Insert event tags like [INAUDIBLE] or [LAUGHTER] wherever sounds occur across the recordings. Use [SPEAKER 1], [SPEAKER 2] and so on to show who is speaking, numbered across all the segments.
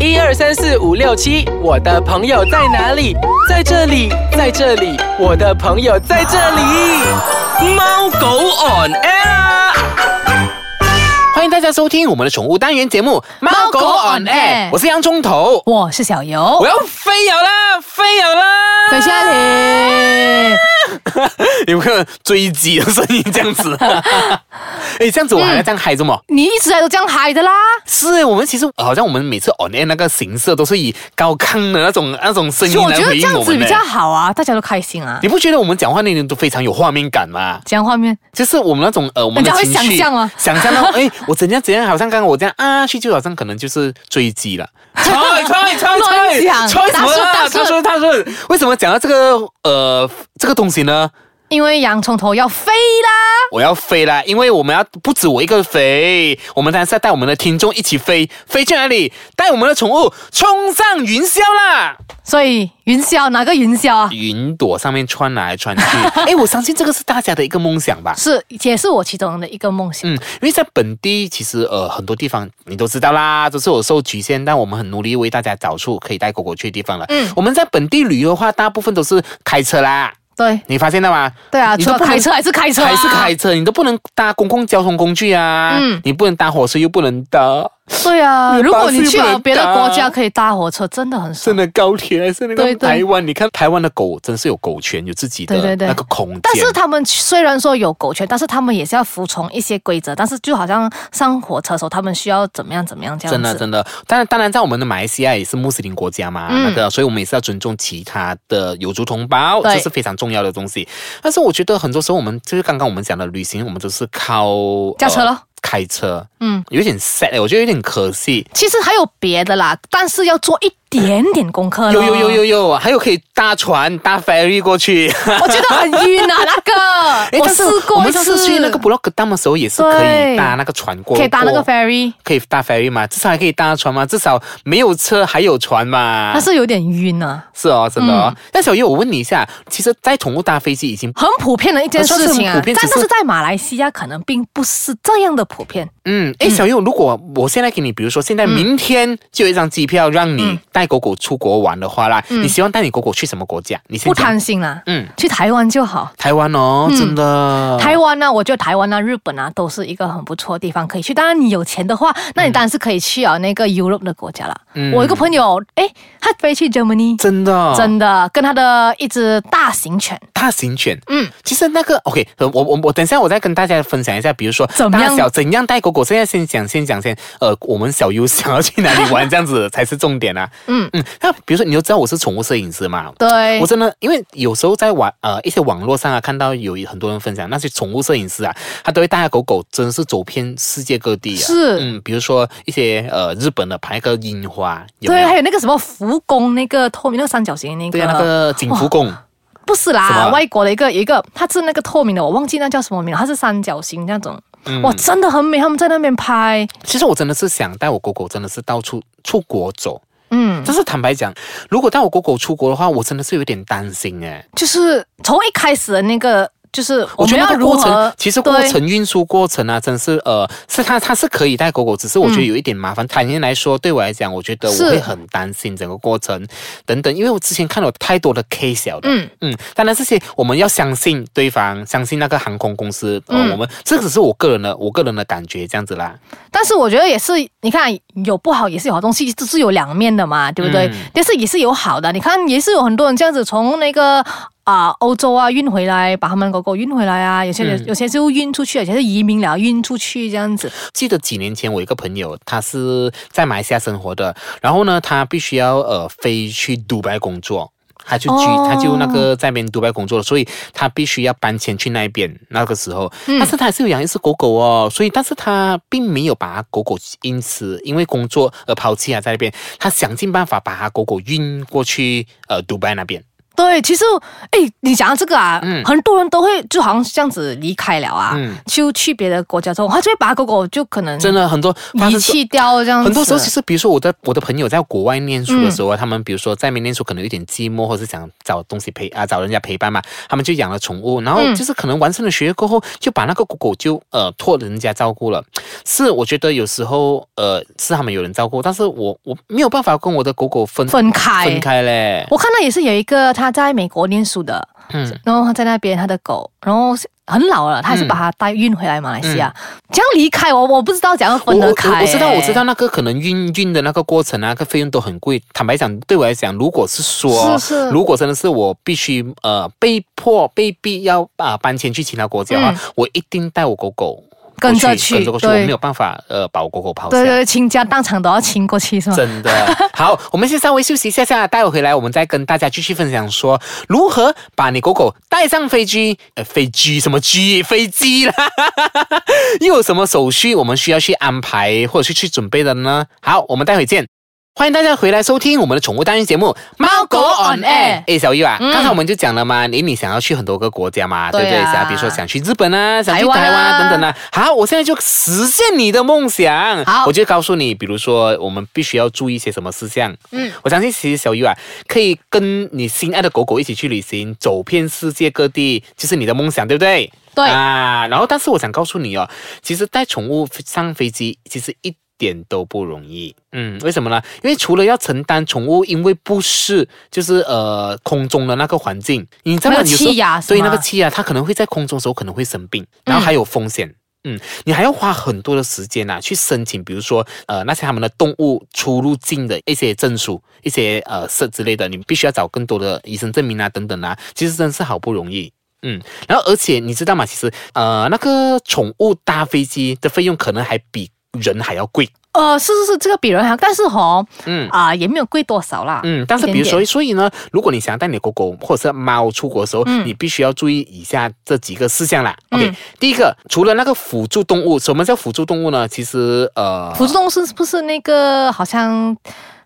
[SPEAKER 1] 一二三四五六七，我的朋友在哪里？在这里，在这里，我的朋友在这里。
[SPEAKER 2] 猫狗 on air 啊。
[SPEAKER 3] 欢迎大家收听我们的宠物单元节目《猫狗 on air》，我是洋葱头，
[SPEAKER 4] 我是小
[SPEAKER 3] 我
[SPEAKER 4] 游，
[SPEAKER 3] 要飞了啦，飞了啦！
[SPEAKER 4] 等下你，
[SPEAKER 3] [LAUGHS] 有没有追击的声音这样 [LAUGHS] 子？哎，这样子我还要这样嗨着吗？
[SPEAKER 4] 嗯你一直都这样嗨的啦。
[SPEAKER 3] 是我们其实好像我们每次 on air 那个形式都是以高亢的那种那种声
[SPEAKER 4] 其实
[SPEAKER 3] 音
[SPEAKER 4] 我
[SPEAKER 3] 来
[SPEAKER 4] 觉得
[SPEAKER 3] 回
[SPEAKER 4] 这
[SPEAKER 3] 应
[SPEAKER 4] 样
[SPEAKER 3] 我
[SPEAKER 4] 子
[SPEAKER 3] 们
[SPEAKER 4] 比
[SPEAKER 3] 呢。
[SPEAKER 4] 较好啊，大家都开心啊。
[SPEAKER 3] 你不觉得我们讲话内容都非常有画面感吗？
[SPEAKER 4] 讲画面，
[SPEAKER 3] 就是我们那种呃，我们的
[SPEAKER 4] 人家会
[SPEAKER 3] 情绪
[SPEAKER 4] 想象啊吗
[SPEAKER 3] 想象到 [LAUGHS] 哎，我怎样怎样，好像刚刚我这样啊，去就好像可能就是追
[SPEAKER 4] [LAUGHS]
[SPEAKER 3] 击了。吹吹吹
[SPEAKER 4] 乱
[SPEAKER 3] 吹
[SPEAKER 4] 讲
[SPEAKER 3] 吹什么啦？
[SPEAKER 4] 大
[SPEAKER 3] 他
[SPEAKER 4] 叔大
[SPEAKER 3] 说他说，为什么讲到这个呃这个东西呢？
[SPEAKER 4] 因为洋葱头要飞啦，
[SPEAKER 3] 我要飞啦，因为我们要不止我一个飞，我们当然是要带我们的听众一起飞，飞去哪里？带我们的宠物冲上云霄啦！
[SPEAKER 4] 所以云霄哪个云霄啊？
[SPEAKER 3] 云朵上面穿来穿 [LAUGHS] 去，哎，我相信这个是大家的一个梦想吧。
[SPEAKER 4] 是，也是我其中的一个梦想。
[SPEAKER 3] 嗯，因为在本地，其实呃很多地方你都知道啦，都是有受局限，但我们很努力为大家找出可以带狗狗去的地方了。嗯，我们在本地旅游的话，大部分都是开车啦，
[SPEAKER 4] 对，
[SPEAKER 3] 你发现到吗？
[SPEAKER 4] 对啊，
[SPEAKER 3] 你
[SPEAKER 4] 除
[SPEAKER 3] 都
[SPEAKER 4] 了
[SPEAKER 3] 不能
[SPEAKER 4] 开车还是开车、啊，
[SPEAKER 3] 还是开。车，你都不能搭公共交通工具啊，
[SPEAKER 4] 嗯
[SPEAKER 3] 你不能搭火车，又不能搭
[SPEAKER 4] 对啊，
[SPEAKER 3] 你
[SPEAKER 4] 如
[SPEAKER 3] 巴
[SPEAKER 4] 果
[SPEAKER 3] 士
[SPEAKER 4] 你去
[SPEAKER 3] 不能
[SPEAKER 4] 了别的
[SPEAKER 3] 搭
[SPEAKER 4] 国家可以搭火车，真的很
[SPEAKER 3] 是
[SPEAKER 4] 爽。啊
[SPEAKER 3] 那高铁，还是那个
[SPEAKER 4] 对对
[SPEAKER 3] 台湾？你看台湾的狗真是有狗权，有自己
[SPEAKER 4] 对
[SPEAKER 3] 的
[SPEAKER 4] 对对
[SPEAKER 3] 那个空间。
[SPEAKER 4] 但是他们虽然说有狗权，但是他们也是要服从一些规则。但是就好像上火车的时候，他们需要怎么样怎么样这样
[SPEAKER 3] 真
[SPEAKER 4] 子。
[SPEAKER 3] 的真的，当然当然，在我们的马来西亚也是穆斯林国家嘛，
[SPEAKER 4] 嗯
[SPEAKER 3] 那个，所以我们也是要尊重其他的有族同胞，
[SPEAKER 4] 对
[SPEAKER 3] 这是非常重要的东西。但是我觉得很多时候我们就是刚刚我们讲的旅行，我们都是靠呃
[SPEAKER 4] 驾车咯
[SPEAKER 3] 开车，
[SPEAKER 4] 嗯，
[SPEAKER 3] 有点 sad，、欸、我觉得有点可惜。
[SPEAKER 4] 其实还有别的啦，但是要做一点点功课咯
[SPEAKER 3] 有有有，有有，还有可以搭船搭 ferry 过去。
[SPEAKER 4] 我觉得很晕啊，那个
[SPEAKER 3] [LAUGHS] 诶
[SPEAKER 4] 我
[SPEAKER 3] 哎但是
[SPEAKER 4] 试
[SPEAKER 3] 我
[SPEAKER 4] 过一
[SPEAKER 3] 们上
[SPEAKER 4] 次，
[SPEAKER 3] 次去那个 block 当的时候也是可以
[SPEAKER 4] 对
[SPEAKER 3] 搭那个船过，
[SPEAKER 4] 可以搭那个
[SPEAKER 3] 过
[SPEAKER 4] ferry，
[SPEAKER 3] 可以搭 ferry 嘛，至少还可以搭船嘛，至少没有车还有船嘛。
[SPEAKER 4] 但是有点晕啊，
[SPEAKER 3] 是哦，真的、哦。但小叶，我问你一下，其实，在宠物搭飞机已经，
[SPEAKER 4] 很普遍的一件
[SPEAKER 3] 好像是
[SPEAKER 4] 事情啊。
[SPEAKER 3] 很普遍
[SPEAKER 4] 但但
[SPEAKER 3] 只是
[SPEAKER 4] 是在马来西亚可能并不是这样的普遍。
[SPEAKER 3] 嗯，哎，小叶，如果我现在给你，比如说现在明天就有一张机票让
[SPEAKER 4] 嗯
[SPEAKER 3] 你带狗狗出国玩的话啦，你希望带你狗狗去什么国家？你先
[SPEAKER 4] 不
[SPEAKER 3] 讲
[SPEAKER 4] 贪心啦，
[SPEAKER 3] 嗯
[SPEAKER 4] 去台湾就好。
[SPEAKER 3] 台湾哦，真的。
[SPEAKER 4] 台湾呢、我觉得台湾啊、日本啊都是一个很不错的地方可以去。当然，你有钱的话，那你当然是可以去啊那个 Europe 的国家啦。
[SPEAKER 3] 嗯
[SPEAKER 4] 我一个朋友，诶，他飞去 Germany，
[SPEAKER 3] 真的，哦
[SPEAKER 4] 真的跟他的一只大型犬，
[SPEAKER 3] 大型犬，
[SPEAKER 4] 嗯，
[SPEAKER 3] 其实那个 OK，呃我我我等一下我再跟大家分享一下，比如说
[SPEAKER 4] 怎么样
[SPEAKER 3] 大小怎样带狗狗，现在先讲先讲先，呃，我们小优 [LAUGHS] 想要去哪里玩这样子才是重点啊，
[SPEAKER 4] 嗯
[SPEAKER 3] 嗯，那比如说你就知道我是宠物摄影师嘛，
[SPEAKER 4] 对
[SPEAKER 3] 我，真的，因为有时候在网呃一些网络上啊，看到有很多人分享那些宠物摄影师啊，他都会带狗狗，真的是走遍世界各地啊。
[SPEAKER 4] 是
[SPEAKER 3] 嗯，比如说一些呃日本的拍个樱花，有没
[SPEAKER 4] 对，
[SPEAKER 3] 有
[SPEAKER 4] 还有那个什么福宫那个透明那个三角形那个，
[SPEAKER 3] 对啊，那个景福宫，
[SPEAKER 4] 不是
[SPEAKER 3] 什么
[SPEAKER 4] 啦，外国的一个一个，它是那个透明的，我忘记那叫什么名了，它是三角形那种。
[SPEAKER 3] 嗯
[SPEAKER 4] 哇，真的很美，他们在那边拍，
[SPEAKER 3] 其实我真的是想带我狗狗，真的是到处出国走。
[SPEAKER 4] 嗯，
[SPEAKER 3] 但是坦白讲，如果带我狗狗出国的话，我真的是有点担心哎。
[SPEAKER 4] 就是从一开始的那个，就是我
[SPEAKER 3] 觉
[SPEAKER 4] 们
[SPEAKER 3] 得
[SPEAKER 4] 要
[SPEAKER 3] 那个
[SPEAKER 4] 如
[SPEAKER 3] 过
[SPEAKER 4] 何
[SPEAKER 3] 程，，其实过
[SPEAKER 4] 对
[SPEAKER 3] 程运输过程啊，真是呃，是它它是可以带狗狗，只是我觉得有一点麻烦。坦言来说，对我来讲，我觉得我
[SPEAKER 4] 是
[SPEAKER 3] 会很担心整个过程等等，因为我之前看了太多的 K 小的，
[SPEAKER 4] 嗯
[SPEAKER 3] 嗯，当然这些我们要相信对方，相信那个航空公司，呃、
[SPEAKER 4] 嗯
[SPEAKER 3] 我们这只是我个人的我个人的感觉这样子啦。
[SPEAKER 4] 但是我觉得也是，你看有不好也是有好东西，这是有两面的嘛，对不对？
[SPEAKER 3] 嗯
[SPEAKER 4] 但是也是有好的，你看也是有很多人这样子从那个啊、欧洲啊运回来，把他们狗狗运回来啊，有些人、
[SPEAKER 3] 嗯
[SPEAKER 4] 有些就运出去，有些是移民了运出去这样子，
[SPEAKER 3] 记得几年前我有一个朋友，他是在马来西亚生活的，然后呢，他必须要呃飞去迪拜工作。他就居，
[SPEAKER 4] 哦
[SPEAKER 3] 他就那个在那边迪拜工作了，所以他必须要搬迁去那边。那个时候，
[SPEAKER 4] 嗯
[SPEAKER 3] 但是他还是有养一只狗狗哦，所以但是他并没有把狗狗因此因为工作而抛弃啊，在那边，他想尽办法把他狗狗运过去呃迪拜那边。
[SPEAKER 4] 对对，其实，哎，你讲到这个啊，
[SPEAKER 3] 嗯
[SPEAKER 4] 很多人都会就好像这样子离开了啊，
[SPEAKER 3] 嗯
[SPEAKER 4] 就去别的国家之后，他就会把狗狗就可能
[SPEAKER 3] 真的很多发
[SPEAKER 4] 遗
[SPEAKER 3] 生这
[SPEAKER 4] 弃掉这样子。
[SPEAKER 3] 很多时候，其实比如说我的我的朋友在国外念书的时候啊，他们比如说在那边念书可能有点寂寞，或是想找东西陪啊找人家陪伴嘛，他们就养了宠物，然后
[SPEAKER 4] 嗯
[SPEAKER 3] 就是可能完成了学业过后，就把那个狗狗就呃托人家照顾了。是我觉得有时候呃是他们有人照顾，但是我我没有办法跟我的狗狗分
[SPEAKER 4] 分开
[SPEAKER 3] 分开嘞。
[SPEAKER 4] 我看到也是有一个他在美国念书的，
[SPEAKER 3] 嗯
[SPEAKER 4] 然后他在那边他的狗，然后是很老了，他还是
[SPEAKER 3] 嗯
[SPEAKER 4] 把它带运回来马来西亚，这样离开我，我不知道怎样分
[SPEAKER 3] 我
[SPEAKER 4] 得
[SPEAKER 3] 我
[SPEAKER 4] 开、欸
[SPEAKER 3] 我知道，我知道。那个可能运运的那个过程啊，那个费用都很贵。坦白讲，对我来讲，如果是说，
[SPEAKER 4] 是是
[SPEAKER 3] 如果真的是我必须呃被迫被必要啊、搬迁去其他国家的话，我一定带我狗狗
[SPEAKER 4] 嗯跟着
[SPEAKER 3] 过
[SPEAKER 4] 去
[SPEAKER 3] 跟着过去，我
[SPEAKER 4] 对
[SPEAKER 3] 没有办法呃把我狗狗抛下。
[SPEAKER 4] 对对，亲家当场都要亲过去是吗？
[SPEAKER 3] 真 [LAUGHS] 的好，我们先稍微休息一下下，待会回来我们再跟大家继续分享说如何把你狗狗带上飞机，呃，飞机什么机，飞机啦， [LAUGHS] 又有什么手续我们需要去安排或者是去准备的呢？好，我们待会见。欢迎大家回来收听我们的宠物单元节目《猫狗 on air》。哎，小玉啊，刚才我们就讲了嘛，你你想要去很多个国家嘛，对不对？
[SPEAKER 4] 对啊
[SPEAKER 3] 想比如说想去日本啊，想去
[SPEAKER 4] 台湾啊
[SPEAKER 3] 台湾啊等等啊。 [LAUGHS] 好，我现在就实现你的梦想。
[SPEAKER 4] 好
[SPEAKER 3] 我就告诉你，比如说我们必须要注意一些什么事项。
[SPEAKER 4] 嗯，
[SPEAKER 3] 我相信其实小玉啊，可以跟你心爱的狗狗一起去旅行，走遍世界各地，就是你的梦想，对不对？
[SPEAKER 4] 对
[SPEAKER 3] 啊，然后但是我想告诉你哦，其实带宠物上飞机其实一点都不容易。嗯，为什么呢？因为除了要承担宠物因为不适，就是呃空中的那个环境，你知道吗？
[SPEAKER 4] 那个
[SPEAKER 3] 有时候
[SPEAKER 4] 气压是
[SPEAKER 3] 对
[SPEAKER 4] 吗
[SPEAKER 3] 那个气压，它可能会在空中的时候可能会生病，然后还有风险。嗯，你还要花很多的时间呐、啊去申请，比如说呃那些他们的动物出入境的一些证书、一些呃设之类的，你必须要找更多的医生证明啊等等啊，其实真是好不容易。嗯，然后而且你知道吗？其实呃那个宠物搭飞机的费用可能还比人还要贵。
[SPEAKER 4] 呃，是是是，这个比人还，但是吼，
[SPEAKER 3] 嗯
[SPEAKER 4] 啊、也没有贵多少啦。
[SPEAKER 3] 嗯，但是
[SPEAKER 4] 一
[SPEAKER 3] 比如
[SPEAKER 4] 点
[SPEAKER 3] 说，
[SPEAKER 4] 点
[SPEAKER 3] 所以呢，如果你想要带你的狗狗或者是猫出国的时候，
[SPEAKER 4] 嗯
[SPEAKER 3] 你必须要注意以下这几个事项啦。
[SPEAKER 4] 嗯
[SPEAKER 3] OK，第一个，除了那个辅助动物，什么叫辅助动物呢？其实呃，
[SPEAKER 4] 辅助动物是不是那个好像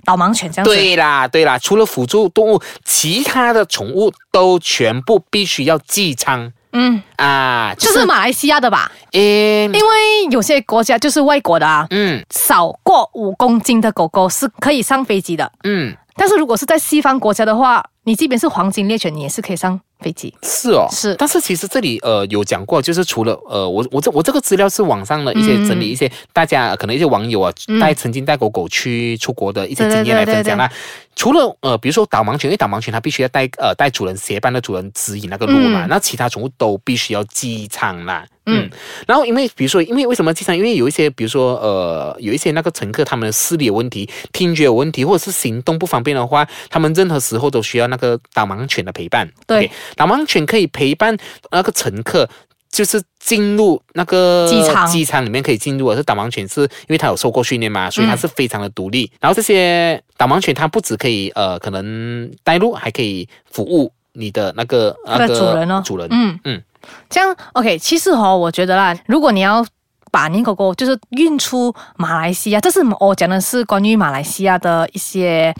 [SPEAKER 4] 导盲犬这样子？
[SPEAKER 3] 对啦，对啦，除了辅助动物，其他的宠物都全部必须要寄仓
[SPEAKER 4] 嗯，
[SPEAKER 3] 啊，
[SPEAKER 4] 就
[SPEAKER 3] 就是是
[SPEAKER 4] 马来西亚的吧，
[SPEAKER 3] 诶，
[SPEAKER 4] 因为有些国家就是外国的啊，
[SPEAKER 3] 嗯
[SPEAKER 4] 少过五公斤的狗狗是可以上飞机的。
[SPEAKER 3] 嗯，
[SPEAKER 4] 但是如果是在西方国家的话，你即便是黄金猎犬，你也是可以上飞机。
[SPEAKER 3] 是哦，
[SPEAKER 4] 是
[SPEAKER 3] 但是其实这里呃有讲过，就是除了呃我我这我这个资料是网上的一些
[SPEAKER 4] 嗯
[SPEAKER 3] 整理一些、大家可能一些网友啊
[SPEAKER 4] 嗯
[SPEAKER 3] 带曾经带狗狗去出国的一些
[SPEAKER 4] 对对
[SPEAKER 3] 经验来
[SPEAKER 4] 嗯对对
[SPEAKER 3] 分享啦。除了呃比如说导盲犬，因为导盲犬它必须要带呃带主人协伴的主人指引那个路嘛，
[SPEAKER 4] 嗯
[SPEAKER 3] 那其他宠物都必须要记仓啦。
[SPEAKER 4] 嗯
[SPEAKER 3] 嗯，然后因为比如说，因为为什么记仓？因为有一些比如说呃有一些那个乘客他们的视力有问题、听觉有问题，或者是行动不方便的话，他们任何时候都需要那个导盲犬的陪伴。
[SPEAKER 4] 对
[SPEAKER 3] OK，导盲犬可以陪伴那个乘客，就是进入那个
[SPEAKER 4] 机舱
[SPEAKER 3] 机舱里面可以进入的。是导盲犬是因为它有受过训练
[SPEAKER 4] 嗯
[SPEAKER 3] 嘛，所以它是非常的独立。然后这些导盲犬它不只可以呃可能带路，还可以服务你的那个
[SPEAKER 4] 它的主人哦
[SPEAKER 3] 主人。
[SPEAKER 4] 嗯
[SPEAKER 3] 嗯，
[SPEAKER 4] 这样 OK。其实哦，我觉得啦，如果你要把你狗狗就是运出马来西亚，这是我讲的是关于马来西亚的一些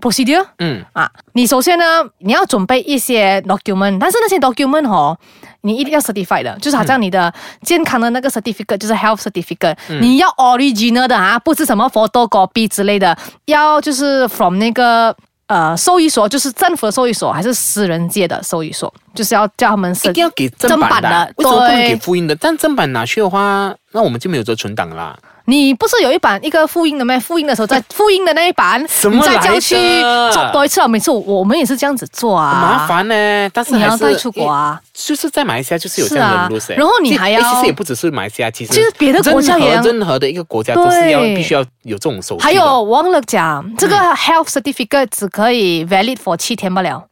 [SPEAKER 4] procedure。
[SPEAKER 3] 嗯
[SPEAKER 4] 啊，你首先呢，你要准备一些 document，但是那些 document 哦，你一定要 certify 的，就是好像你的健康的那个 certificate，就是 health certificate，、你
[SPEAKER 3] 嗯
[SPEAKER 4] 要 original 的啊，不是什么 photocopy 之类的，要就是 from 那个。呃，收益所就是政府的收益所，还是私人界的收益所，就是要叫他们
[SPEAKER 3] 一定要给正版的，
[SPEAKER 4] 的，
[SPEAKER 3] 为什么不能
[SPEAKER 4] 对
[SPEAKER 3] 给复印的？但正版拿去的话，那我们就没有这存档啦。
[SPEAKER 4] 你不是有一版一个复印的咩？复印的时候
[SPEAKER 3] [LAUGHS]
[SPEAKER 4] 在复印的那一版，
[SPEAKER 3] 什么
[SPEAKER 4] 你再叫去
[SPEAKER 3] 来的
[SPEAKER 4] 做多一次啊！每次我我们也是这样子做啊，
[SPEAKER 3] 很麻。烦呢、但是
[SPEAKER 4] 你
[SPEAKER 3] 还
[SPEAKER 4] 要
[SPEAKER 3] 是
[SPEAKER 4] 带出国啊？
[SPEAKER 3] 就是在马来西亚就是有这样的
[SPEAKER 4] 是啊
[SPEAKER 3] rules，、欸
[SPEAKER 4] 然后你还要
[SPEAKER 3] 其实其实也不只是马来西亚，其实
[SPEAKER 4] 其实别的国家也
[SPEAKER 3] 任何任何的一个国家都是要
[SPEAKER 4] 对
[SPEAKER 3] 必须要有这种手续的。
[SPEAKER 4] 还有忘了讲，这个
[SPEAKER 3] 嗯
[SPEAKER 4] health certificate 只可以 valid for 七天不了，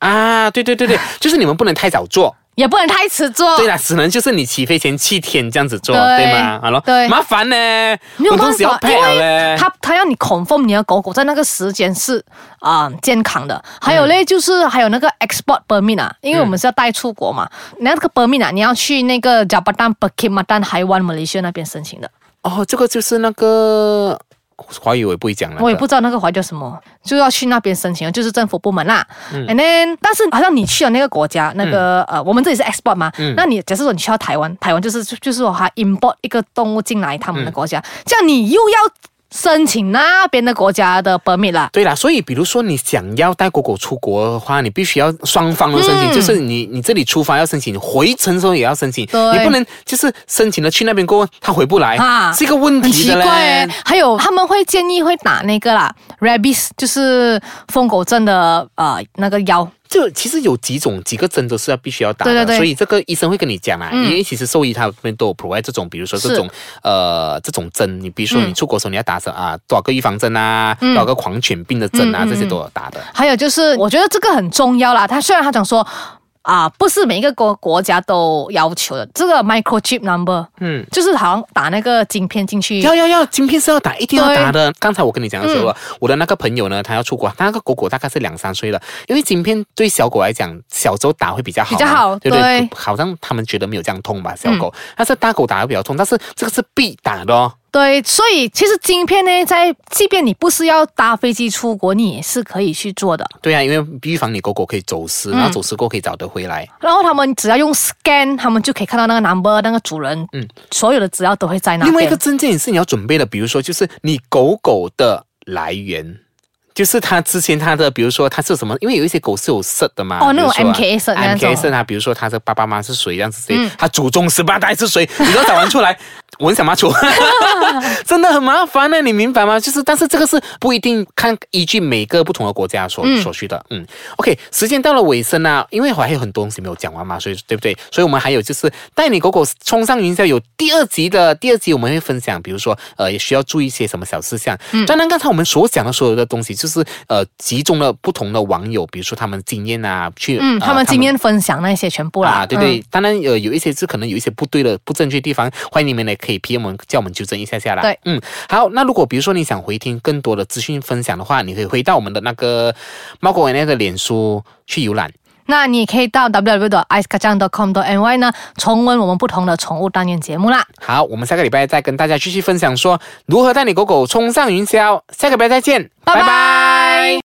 [SPEAKER 3] 啊，对对
[SPEAKER 4] [LAUGHS]
[SPEAKER 3] 对对，就是你们不能太早做，
[SPEAKER 4] 也不能太迟做。
[SPEAKER 3] 对啦，只能就是你起飞前七天这样子做，
[SPEAKER 4] 对
[SPEAKER 3] 对吗？好了，
[SPEAKER 4] 对
[SPEAKER 3] 麻烦呢、
[SPEAKER 4] 没有
[SPEAKER 3] 我
[SPEAKER 4] 办
[SPEAKER 3] 东西要
[SPEAKER 4] 法，因
[SPEAKER 3] 配啊好嘞
[SPEAKER 4] 为。他他要你 confirm 你的狗狗在那个时间是啊、健康的。还有
[SPEAKER 3] 嗯
[SPEAKER 4] 嘞，就是还有那个 export permit 啊，因为我们是要带出国嘛，那个 permit 啊，你要去那个 Jabatan Bukit Madan 海湾 Malaysia 那边申请的。
[SPEAKER 3] 哦，这个就是那个华语我也不会讲了，
[SPEAKER 4] 我也不知道那个华叫什么，就要去那边申请，就是政府部门啦。And
[SPEAKER 3] 嗯
[SPEAKER 4] then，但是好像你去了那个国家，那个、呃，我们这里是 export 嘛，
[SPEAKER 3] 嗯
[SPEAKER 4] 那你假设说你去到台湾，台湾就是就是说他 import 一个动物进来他们的
[SPEAKER 3] 嗯
[SPEAKER 4] 国家，这样你又要申请那边的国家的 permit 啦。
[SPEAKER 3] 对啦，所以比如说你想要带狗狗出国的话，你必须要双方都申请，
[SPEAKER 4] 嗯
[SPEAKER 3] 就是你你这里出发要申请，回程的时候也要申请，
[SPEAKER 4] 对
[SPEAKER 3] 你不能就是申请了去那边过后他回不来，
[SPEAKER 4] 啊
[SPEAKER 3] 是一个问
[SPEAKER 4] 很
[SPEAKER 3] 题
[SPEAKER 4] 奇
[SPEAKER 3] 的
[SPEAKER 4] 怪
[SPEAKER 3] 嘞
[SPEAKER 4] 欸。，还有他们会建议会打那个啦，rabies 就是疯狗症的呃那个药，
[SPEAKER 3] 就其实有几种几个针都是要必须要打的，
[SPEAKER 4] 对对嗯对
[SPEAKER 3] 所以这个医生会跟你讲啊，因为其实兽医他们都有 provide 这种，比如说这种呃这种针，你比如说
[SPEAKER 4] 嗯
[SPEAKER 3] 你出国的时候你要打什啊多少个预防针啊，多少个狂犬病的针啊，
[SPEAKER 4] 嗯
[SPEAKER 3] 这些都有打的。
[SPEAKER 4] 还有就是，我觉得这个很重要啦。他虽然他讲说啊、不是每一个国国家都要求的，这个 microchip number，
[SPEAKER 3] 嗯，
[SPEAKER 4] 就是好像打那个晶片进去。
[SPEAKER 3] 要要要，晶片是要打，一定要
[SPEAKER 4] 嗯对
[SPEAKER 3] 打的。刚才我跟你讲的时候，啊我的那个朋友呢，他要出国，他那个狗狗大概是两三岁了，因为晶片对小狗来讲，小时候打会比较好嘛，
[SPEAKER 4] 比较好
[SPEAKER 3] 对不
[SPEAKER 4] 对嗯
[SPEAKER 3] 好像他们觉得没有这样痛吧，小狗，但是大狗打会比较痛，但是这个是必打的哦。
[SPEAKER 4] 对，所以其实晶片呢，在即便你不是要搭飞机出国，你也是可以去做的。
[SPEAKER 3] 对啊，因为预防你狗狗可以走失，
[SPEAKER 4] 嗯
[SPEAKER 3] 然后走失过后可以找得回来。
[SPEAKER 4] 然后他们只要用 scan，他们就可以看到那个 number，那个主人，嗯，所有的资料都会在那
[SPEAKER 3] 另外一
[SPEAKER 4] 边
[SPEAKER 3] 个。证件也是你要准备的，比如说就是你狗狗的来源。就是它之前它的，比如说它是什么，因为有一些狗是有色的嘛，
[SPEAKER 4] 哦那种
[SPEAKER 3] 比如说啊
[SPEAKER 4] MKA 色那种嗯
[SPEAKER 3] MKA 色啊，比如说它的爸爸妈妈是谁，这样是谁，它祖宗十八代是谁，你都找完出来， [LAUGHS] 我很想骂出， [LAUGHS] 真的很麻烦啊呢、你明白吗？就是，但是这个是不一定看依据每个不同的国家所、所需的，嗯，OK，时间到了尾声啊，因为我还有很多东西没有讲完嘛，所以对不对？所以我们还有就是带你狗狗冲上云霄有第二集的，第二集我们会分享，比如说呃，也需要注意一些什么小事项。
[SPEAKER 4] 嗯
[SPEAKER 3] 当然，刚才我们所讲的所有的东西，就是呃，集中了不同的网友，比如说他们经验啊，去
[SPEAKER 4] 嗯，
[SPEAKER 3] 呃
[SPEAKER 4] 他们经验分享那些全部啦。嗯
[SPEAKER 3] 啊，对对，当然呃，有一些是可能有一些不对的、不正确的地方，欢迎你们呢可以 PM 我们，叫我们纠正一下下啦。
[SPEAKER 4] 对
[SPEAKER 3] 嗯，好，那如果比如说你想回听更多的资讯分享的话，你可以回到我们的那个猫狗 N 的脸书去浏览。
[SPEAKER 4] 那你也可以到 w w w i c e k a j a n g c o m n y 呢，重温我们不同的宠物单元节目啦。
[SPEAKER 3] 好，我们下个礼拜再跟大家继续分享说如何带你狗狗冲上云霄。下个礼拜再见，
[SPEAKER 4] 拜拜